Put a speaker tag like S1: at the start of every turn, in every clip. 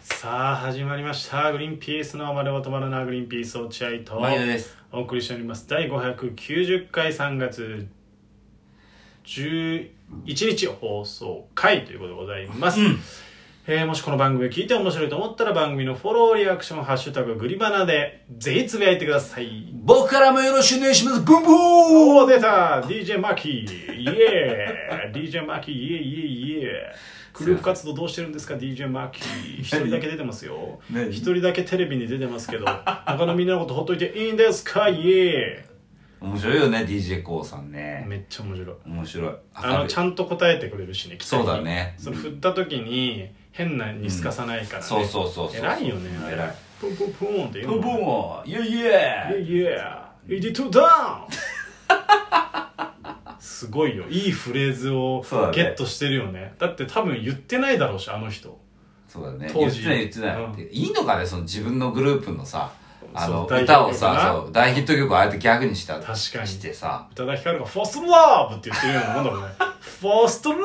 S1: さあ始まりましたグリーンピースの丸ごとバナナグリーンピース落合と
S2: マイナです。
S1: お送りしております第590回3月11日放送回ということでございます、えーもしこの番組を聞いて面白いと思ったら番組のフォローリアクション「ハッシュタググリバナ」でぜひつぶやいてください
S2: 僕からもよろしくお願いします。ブンブーン
S1: おお出た DJ マキーイエー DJ マキーイエーイエーイエーグループ活動どうしてるんですか DJ マキー一人だけ出てます よ
S2: 何
S1: 一人だけテレビに出てますけど他のみんなのことほっといていいんですかイエ
S2: 面白いよね、DJ コウさん
S1: ー
S2: ね。
S1: めっちゃ面白い
S2: 面白い。
S1: あのちゃ
S2: ん
S1: んと答えてくれるしね期待に
S2: そうだね
S1: その振った時に変なにすかさないからね
S2: そうそうそうそう。
S1: 偉いよねあれ
S2: 偉い。
S1: プンプンプーンって言
S2: ブ
S1: う
S2: ンブー
S1: もんね
S2: ンイェイイェイ
S1: イエイエイ82ダウン すごいよいいフレーズを
S2: そうだね
S1: ゲットしてるよねだって多分言ってないだろうしあの人
S2: そうだね。
S1: 当
S2: 言っ
S1: 時
S2: てない言ってない。いいのかね、その自分のグループのさ、あの、
S1: そう
S2: 歌を
S1: 大ヒット曲な
S2: さ、そう大ヒット曲をああやってギャグにした、
S1: 確かに
S2: してさ、
S1: 宇多田ヒカルが「ファーストラブ」って言ってるようなもんだ もんね「ファーストラブ」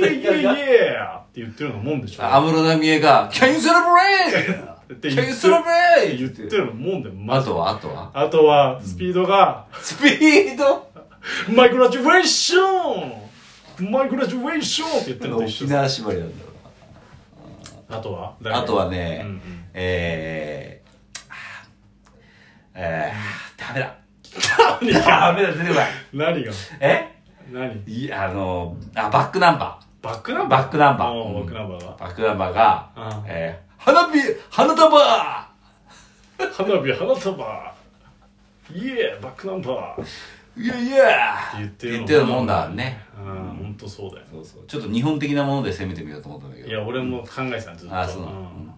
S1: イエイエイエイって言ってるようなもんでしょ
S2: 安室奈美恵が、Can you celebrate?
S1: って言
S2: Can
S1: ってる
S2: you celebrate?
S1: 言ってるようなもんで
S2: あ
S1: マジで
S2: とは、あとは。
S1: あとはスピードが
S2: スピード
S1: 「マイグラジュエーション!」マイグラジュエーションって言ってるのと一
S2: 沖
S1: 緒です
S2: 縄縛りなんだろうな。
S1: あとは
S2: あとはね、
S1: うんうん
S2: えー、あーえー、ダメだ。
S1: 何が
S2: ダメだ、出てこない。
S1: 何が
S2: え
S1: 何
S2: いあの、あ、バックナンバ
S1: バックナン
S2: ー。
S1: バー
S2: バックナンバ
S1: お
S2: ー。
S1: うバック
S2: ー。
S1: ナンバーが
S2: バックナンバーが、
S1: うん
S2: えー、花火、花束
S1: 花火花束イエーバックナンバーって
S2: いやいや
S1: 言ってる
S2: 言ってるもんだね。
S1: うん本当そうだよ
S2: そうそう。ちょっと日本的なもので攻めてみようと思ったんだけど。
S1: いや俺も考えてたずっと
S2: あ、そうなの。
S1: ん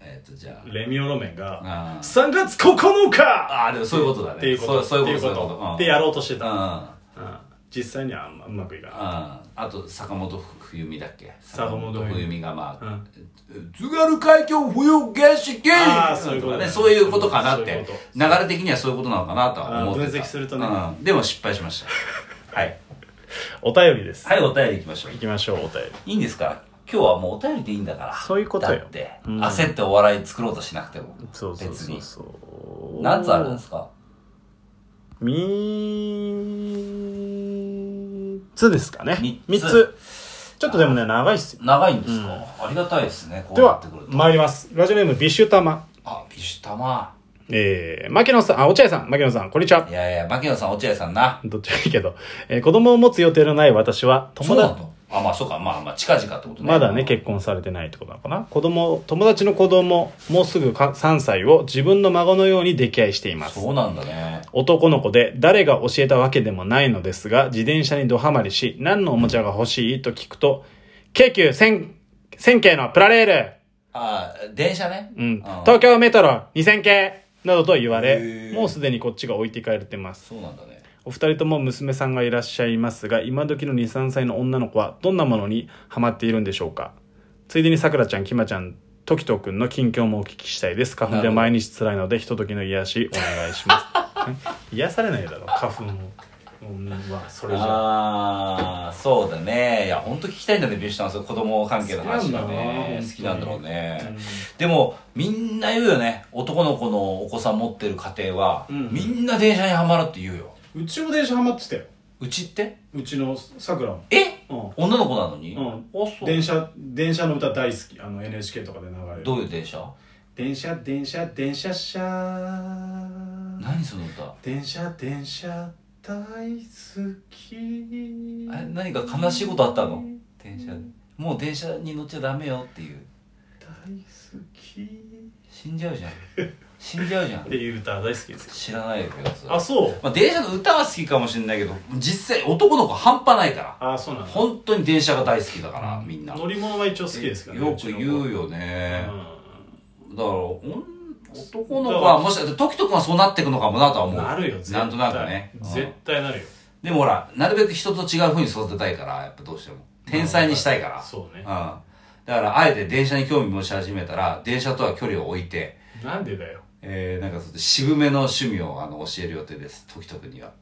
S2: えっと、じゃあ。
S1: レミオロメンが
S2: あー
S1: 3月9日
S2: あー、でもそういうことだね。
S1: っていうこと
S2: そうそういう
S1: って
S2: こ
S1: いう
S2: と、そういう
S1: こ
S2: ことと。
S1: でやろうとして
S2: うん。う
S1: た
S2: ん。
S1: うん実際にはあんまうまくいかな
S2: ああと坂本冬美だっけ
S1: 坂本冬美
S2: 冬美がま
S1: う
S2: あ、
S1: ん
S2: 津軽海峡冬景色
S1: ああそういうことだね
S2: ね、そういうことかなっ
S1: そうい
S2: て
S1: うこ
S2: 流れ的にはそういうことなのかなとは思って
S1: あ
S2: た
S1: あ分析するとね
S2: うんでも失敗しまし たはい
S1: お便りです
S2: はいお便りいきましょう
S1: 行きましょうお便り
S2: いいんですか今日はもうお便りでいいんだから
S1: そういうことよ
S2: だって、
S1: うん
S2: 焦ってお笑い作ろうとしなくても
S1: そうそう
S2: 別
S1: そう
S2: に
S1: そう
S2: 何つあるんですか
S1: 三つですかね
S2: 三つ
S1: 三つちょっとでもね長いっすよ
S2: 長いんですか、ありがたいですねこう
S1: で
S2: やっ
S1: は
S2: てくると
S1: 参りますラジオネームビッシュタマ
S2: あビシュタマ
S1: えー、牧野さんあ落合さん牧野さんこんにちはい
S2: やいや牧野さん落合さんな
S1: どっちもいいけど、えー子供を持つ予定のない私は友
S2: そうな
S1: 達
S2: のあまあそうかまあまあ近々ってことね
S1: まだね結婚されてないってことなのかな子供友達の子供もうすぐか3歳を自分の孫のように溺愛しています
S2: そうなんだね
S1: 男の子で誰が教えたわけでもないのですが自転車にドハマりし何のおもちゃが欲しいと聞くと京急1000 1000系のプラレール、
S2: ああ電車ね
S1: うん、
S2: あ
S1: 東京メトロ2000系などと言わ
S2: へ
S1: れ
S2: ー
S1: もうすでにこっちが置いていかれてます
S2: そうなんだね
S1: お二人とも娘さんがいらっしゃいますが今時の23歳の女の子はどんなものにハマっているんでしょうかついでにさくらちゃんきまちゃんときとくんの近況もお聞きしたいです花粉では毎日辛いのでひとときの癒しお願いします 癒されないだろ花粉をうんまあそれじゃ
S2: ああそうだねいや本当聞きたいんだねビュッシュさんそういう子供関係の話がね好
S1: 好き
S2: き
S1: な
S2: なんん
S1: だ
S2: だ
S1: な
S2: ろうね、
S1: うん
S2: でもみんな言うよね男の子のお子さん持ってる家庭は、
S1: うん
S2: みんな電車にはまるって言うよ
S1: うちも電車ハマってたよ
S2: うちって
S1: うちのさくらも
S2: え
S1: うん
S2: 女の子なのに、
S1: うん
S2: あそう
S1: 車電車の歌大好きあの NHK とかで流れ
S2: どういう電車
S1: 電車電車電車車
S2: 何その歌
S1: 電車電車大好き
S2: あれ何か悲しいことあったの電車でもう電車に乗っちゃダメよっていう
S1: 大好き
S2: 死んじゃうじゃん死んじゃうじゃ
S1: っ
S2: ん
S1: ていう歌大好きですよ
S2: 知らないよけどさ
S1: あそう
S2: まあ、電車の歌は好きかもしれないけど実際男の子半端ないから
S1: あそうなんだ
S2: 本当に電車が大好きだからみんな
S1: 乗り物は一応好きですからね
S2: よく言う
S1: よ
S2: よね、だからおん男の
S1: だ
S2: 子
S1: から
S2: はもしかしたら時々はそうなっていくのかもなとは思う
S1: なるよ絶対
S2: なんとなくね
S1: 絶対なるよ
S2: うんでもほらなるべく人と違う風に育てたいからやっぱどうしても天才にしたいから
S1: そうね
S2: うん、だからあえて電車に興味持ち始めたら電車とは距離を置いて、
S1: なんでだよ
S2: えー、なんかそう渋めの趣味をあの教える予定です時々には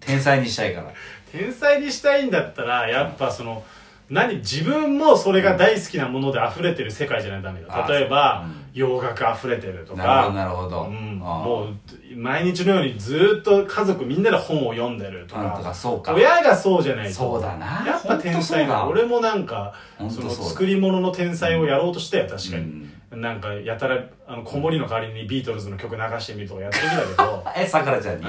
S2: 天才にしたいから
S1: 天才にしたいんだったらやっぱその何自分もそれが大好きなもので溢れてる世界じゃないとダメ
S2: あ
S1: だ例えば、
S2: うん
S1: 洋楽溢れてると
S2: なるほど
S1: か
S2: なるほど、
S1: うん、
S2: あー
S1: もう毎日のようにずっと家族みんなで本を読んでると
S2: なんと
S1: か
S2: かそうか
S1: 親がそうじゃないと
S2: そうだな
S1: やっぱ天才だ
S2: 本当そうだ
S1: 俺もなんか
S2: 本
S1: そ
S2: 当
S1: の
S2: そうだ
S1: 作り物の天才をやろうとして確か
S2: う
S1: に、
S2: ん
S1: なんかやたらあの子守の代わりにビートルズの曲流してみるとかやってみたけど
S2: えさくらちゃんに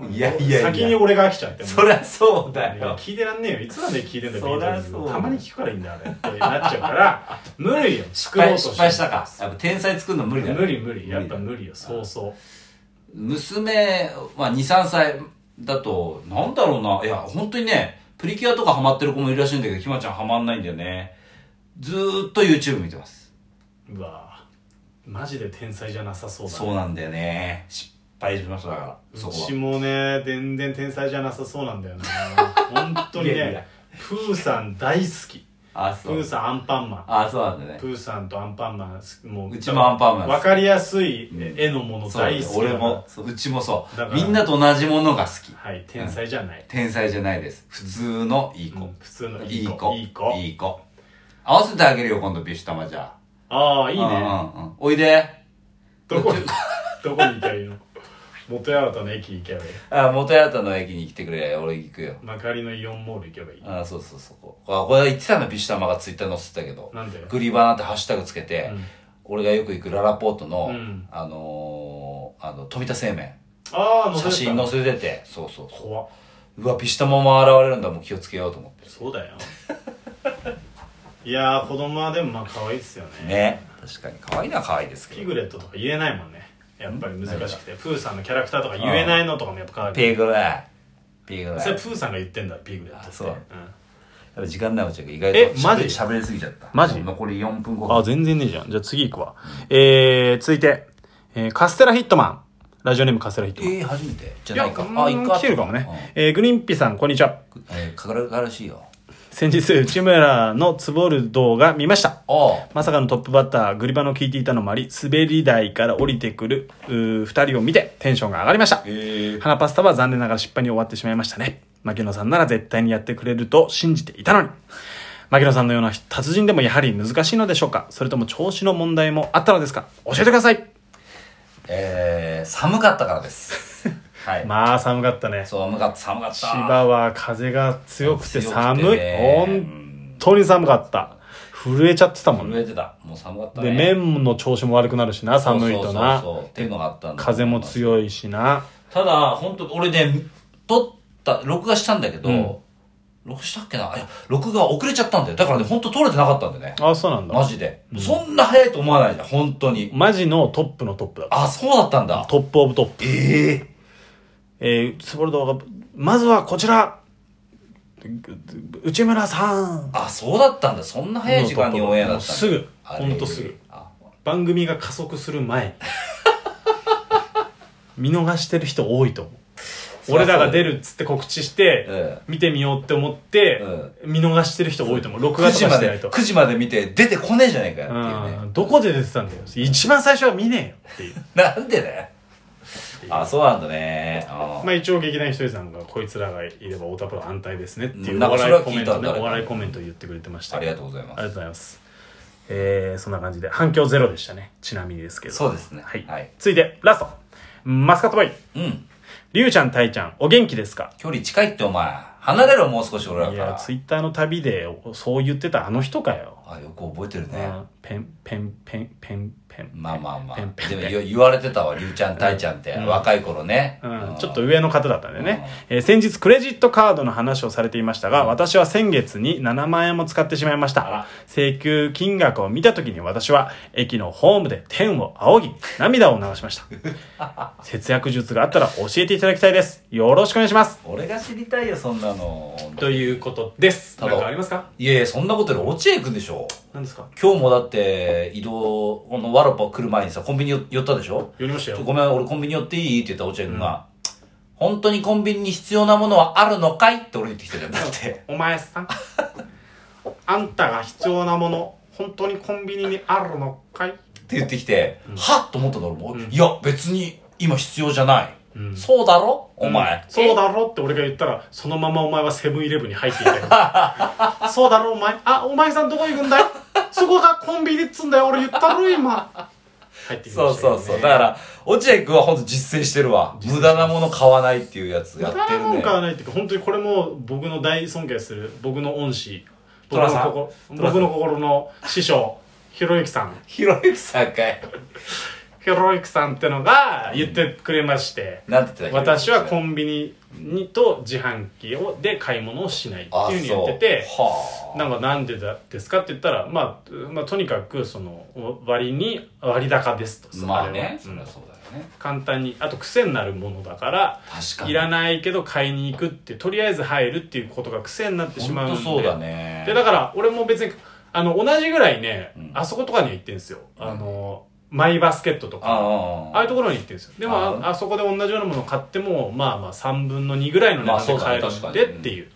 S1: うん
S2: いやいやいや
S1: 先に俺が飽きちゃってもう
S2: そりゃそうだ
S1: いや
S2: よ
S1: 聞いてらんねえよいつまで聞いてんだよビ
S2: そ
S1: ー
S2: り
S1: ト
S2: ゃ
S1: ルズ
S2: そう
S1: たまに聞くからいいんだよあれってなっちゃうから無理よ
S2: 失
S1: 作ろう
S2: 敗
S1: として
S2: 失敗したかやっぱ天才作るの無理だよ
S1: 無理無理やっぱ無理よそうそう
S2: 娘、まあ、23歳だとなんだろうないや本当にねプリキュアとかハマってる子もいるらしいんだけどひまちゃんハマんないんだよねずーっと YouTube 見てます
S1: うわマジで天才じゃなさそうだね
S2: そうなんだよね失敗しましただから
S1: う
S2: そこ
S1: ち
S2: は
S1: もね全然天才じゃなさそうなんだよ な本当に
S2: いやいや
S1: ねプーさん大好き
S2: あ
S1: プ
S2: そ
S1: ー
S2: う
S1: さんアンパンマン
S2: あそうなんだね
S1: プーさんとアンパンマン好きも
S2: うちもアンパンマン好き
S1: 分かりやすい
S2: うん
S1: 絵のもの
S2: そうだね
S1: 大好きだ
S2: 俺
S1: から
S2: もそううちもそ
S1: だから
S2: うみんなと同じものが好き
S1: はい天才じゃない
S2: 天才じゃないです普通のいい子、
S1: うん普通の
S2: い
S1: い
S2: い
S1: い
S2: 子
S1: 子いい子
S2: いい子合わせてあげるよ今度ビシュタマじゃ
S1: ああいい
S2: うん
S1: ね
S2: うんうんおいで
S1: どこに、どこに行けばいいの元八幡の駅行けばいい。
S2: あ元八幡の駅に来てくれ俺行くよ
S1: 幕張のイオンモール行けばいい。
S2: あそうそうそうこうあこれ言ってたのビシュタマがツイッターに載せてたけど
S1: なんで
S2: グリバナってハッシュタグつけて、
S1: うん
S2: 俺がよく行くララポートの、
S1: うん
S2: あのーあの富田製麺
S1: ああ、
S2: 写真載
S1: せ
S2: せててそうそう
S1: た
S2: そ
S1: 怖っ
S2: ううわビシュタマも現れるんだもう気をつけようと思って
S1: そうだよ。いやー、子供はでもまあ可愛いっすよね。
S2: ね確かに可愛いのは可愛いですけ
S1: ピ
S2: ど
S1: グレットとか言えないもんね。やっぱり難しくて。プーさんのキャラクターとか言えないのとかもやっぱ可愛い。
S2: ピグレピグレ
S1: それプーさんが言ってんだ、ピグレットって。
S2: あそう
S1: うん
S2: やっぱ時間ないお茶が意外と
S1: え
S2: 喋り
S1: マジ
S2: 喋りすぎちゃった
S1: マジ
S2: 残り4分後
S1: あ、全然ねえじゃん。じゃあ次行くわ。えー、続いて、えーカステラヒットマン。ラジオネームカステラヒットマン。
S2: えー、初めてじゃ
S1: い
S2: な
S1: や、
S2: いか
S1: あ、
S2: 一回
S1: 来てるかもね。えー、グリンピさん、こんにちは。
S2: うんえー、かからからしいよ
S1: 先日、内村のつぼる動画見ました。
S2: あ
S1: まさかのトップバッター、グリバの聞いていたのもあり、滑り台から降りてくる、うー二人を見てテンションが上がりました。
S2: え
S1: 花パスタは残念ながら失敗に終わってしまいましたね。牧野さんなら絶対にやってくれると信じていたのに。牧野さんのような達人でもやはり難しいのでしょうかそれとも調子の問題もあったのですか教えてください
S2: えー、寒かったからです はい、
S1: まあ寒かったね。
S2: そう寒かった寒かった
S1: 千葉は風が強くて寒い。
S2: 強くてね
S1: 本当に寒かった。震えちゃってたもん
S2: 震
S1: ね。
S2: えてたもう寒かったね
S1: で、麺の調子も悪くなるしな、寒いとな。
S2: そうそうそうそうっていうのがあったんだ
S1: 風も強いしな
S2: ただ本当俺ね撮った録画したんだけど、
S1: うん
S2: 録画したっけないや録画遅れちゃったんだよだからね本当撮れてなかったんだよね
S1: あそうなんだ
S2: マジで、そんな早いと思わないじゃん本当に
S1: マジのトップのトップだ
S2: あそうだったんだ
S1: トップオブトップ
S2: ええ
S1: えー、スボルドがまずはこちら内村さん
S2: あそうだったんだそんな早い時間にオンエアだったんだ
S1: すぐ
S2: あ
S1: ほんとすぐ
S2: あ
S1: 番組が加速する前 見逃してる人多いと思う
S2: そう
S1: 俺らが出るっつって告知して、
S2: え
S1: 見てみようって思って、見逃してる人多いと思う録画とかしてないと
S2: 9時まで見て出てこねえじゃないかよっていう
S1: う
S2: ね
S1: んどこで出てたんだよ一番最初は見ねえよっていう
S2: なんでだよあそうなんだね あー
S1: まあ一応劇団ひとりさんがこいつらがいれば太田プロ安泰ですねっていううんお
S2: なんかそ
S1: 笑
S2: れはい
S1: コ
S2: 聞
S1: メ
S2: い
S1: ン
S2: た
S1: トね
S2: 誰か
S1: お笑いコメント言ってくれてました
S2: あり
S1: けど
S2: がとうござい
S1: ありが
S2: ま
S1: とうございますえー、そんな感じで反響ゼロでしたねちなみにですけど
S2: すそうですね
S1: はい、
S2: はい
S1: 続いてラストマスカットボーイ
S2: うん
S1: りゅうちゃんたいちゃんお元気ですか
S2: 距離近いってお前離れろもう少し俺ら
S1: い
S2: か
S1: や
S2: ら
S1: ツイッターの旅でそう言ってたあの人かよ、
S2: あよく覚えてるね
S1: あーペンペンペンペンペン
S2: まあまあま
S1: ペン
S2: あ
S1: ペン
S2: で
S1: ペ
S2: も
S1: ン
S2: よ言われてたわりゅうちゃんたいちゃんって
S1: うん
S2: 若い頃ね
S1: うん
S2: うん
S1: ちょっと上の方だったんでね、えー先日クレジットカードの話をされていましたが私は先月に7万円も使ってしまいまし
S2: あ
S1: た
S2: ら
S1: 請求金額を見た時に私は駅のホームで天を仰ぎ涙を流しました 節約術があったら教えていただきたいですよろしくお願いします
S2: 俺が知りたいよそんなの
S1: ということです
S2: ただ
S1: 何かありますか
S2: いやいやそんなことより落合君でしょ
S1: 何ですか
S2: 今日もだって移動このワロパ来る前にさコンビニ寄寄ったでしょ
S1: 寄りました
S2: ちょ
S1: よ
S2: ごめん俺コンビニ寄っていいって言ったら落合君が、本当にコンビニに必要なものはあるのかいって俺に 言ってきたじゃんだって
S1: お前さ んあんたが必要なもの本当にコンビニにあるのかい
S2: って言ってきて、はっと思ったんだ俺も、
S1: うん
S2: いや別に今必要じゃない
S1: うん
S2: そうだろお前、
S1: そうだろって俺が言ったらそのままお前はセブンイレブンに入って いたよそうだろお前あお前さんどこ行くんだよそこがコンビニっつんだよ俺言ったろ今入ってきま
S2: そう
S1: したけど
S2: そ
S1: ね
S2: うそう。だから、落合くんは本当実践してるわ。無駄なもの買わないっていうやつやっ
S1: 無
S2: て
S1: 駄
S2: る
S1: なもん
S2: ね。
S1: 買わないっていうか本当にこれも僕の大尊敬する僕の恩師
S2: ト
S1: 僕
S2: ラ
S1: の
S2: さん
S1: 心
S2: トラさ
S1: 僕
S2: ん
S1: の心の師匠ひろゆきさん
S2: ひろゆきさんかい。
S1: ひろゆきさんってのが言ってくれまして、
S2: なんて言ってた
S1: 私はコ
S2: ン
S1: ンビニにと自販機をで買い物をしないっていうふうに言ってて
S2: は
S1: なんかなんでだですかって言ったら、まあ、まあとにかくその割に割高ですと
S2: あ。まあ
S1: れはう
S2: ね
S1: ん。
S2: そりゃそうだよね。
S1: 簡単にあと癖になるものだから
S2: 確かに。
S1: いらないけど買いに行くってとりあえず入るっていうことが癖になってしまうん
S2: 本
S1: で
S2: 当そうだね。
S1: でだから俺も別にあの同じぐらいね、
S2: うん
S1: あそことかには行ってんですよ、あのマイバスケットとか
S2: あ
S1: ああいうところに行ってるんですよでも
S2: あ
S1: あ
S2: ー
S1: あそこで同じようなものを買ってもまあまあ3分の2ぐらいの値
S2: まあ
S1: 段
S2: そう
S1: で買え
S2: だね
S1: る
S2: 確か
S1: ん
S2: に
S1: でっていう,、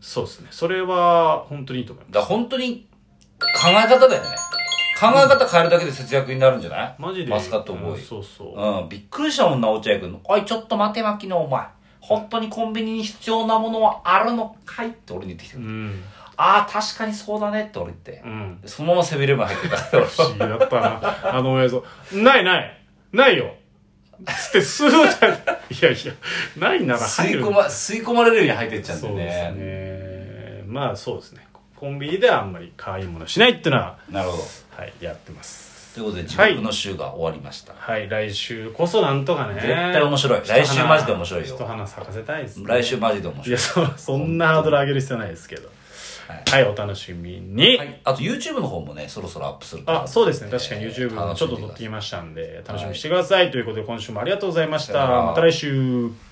S1: そうですねそれは本当にいいと思います
S2: だから本当に考え方だよね。考え方変えるだけで節約になるんじゃない
S1: マジで
S2: マスカットボ
S1: うん
S2: ーイ。
S1: そうそう、
S2: うん、びっくりしたもんな、落合くんの。おい、ちょっと待て、牧野、お前。本当にコンビニに必要なものはあるのかいって俺に言ってきて
S1: う
S2: る。
S1: ん
S2: ああ、確かにそうだねって俺言って
S1: う。ん
S2: そのままセブンイレブン入 ってた。
S1: 不思議だったなあの映像ないないないよつってスーッていやいやないなら
S2: 吸
S1: 入
S2: い
S1: る
S2: 込ま、吸い込まれるように入ってっちゃうんだ
S1: そ
S2: よ
S1: うです
S2: ね。
S1: ねまあそうですねコンビニではあんまり買い物しないっていうのは、
S2: なるほど。
S1: はい、やってます
S2: ということで、地獄の週が終わりました。
S1: はい来週こそなんとかね
S2: 絶対面白い。来週マジで面白い
S1: 一
S2: よ。
S1: 花咲かせたいですね
S2: 来週マジで面
S1: い
S2: 白い
S1: や。そそんなハードル上げる必要ないですけどはい、お楽しみに、
S2: はい。あと YouTube の方もね、そろそろアップすると思
S1: あそうですね確かに
S2: えー
S1: YouTube も
S2: 楽
S1: ち
S2: し
S1: ょっ
S2: ん
S1: と
S2: で
S1: 撮
S2: ください
S1: ってきましたんで楽しみにしてください、ということで今週もありがとうございました
S2: さよなら
S1: また来週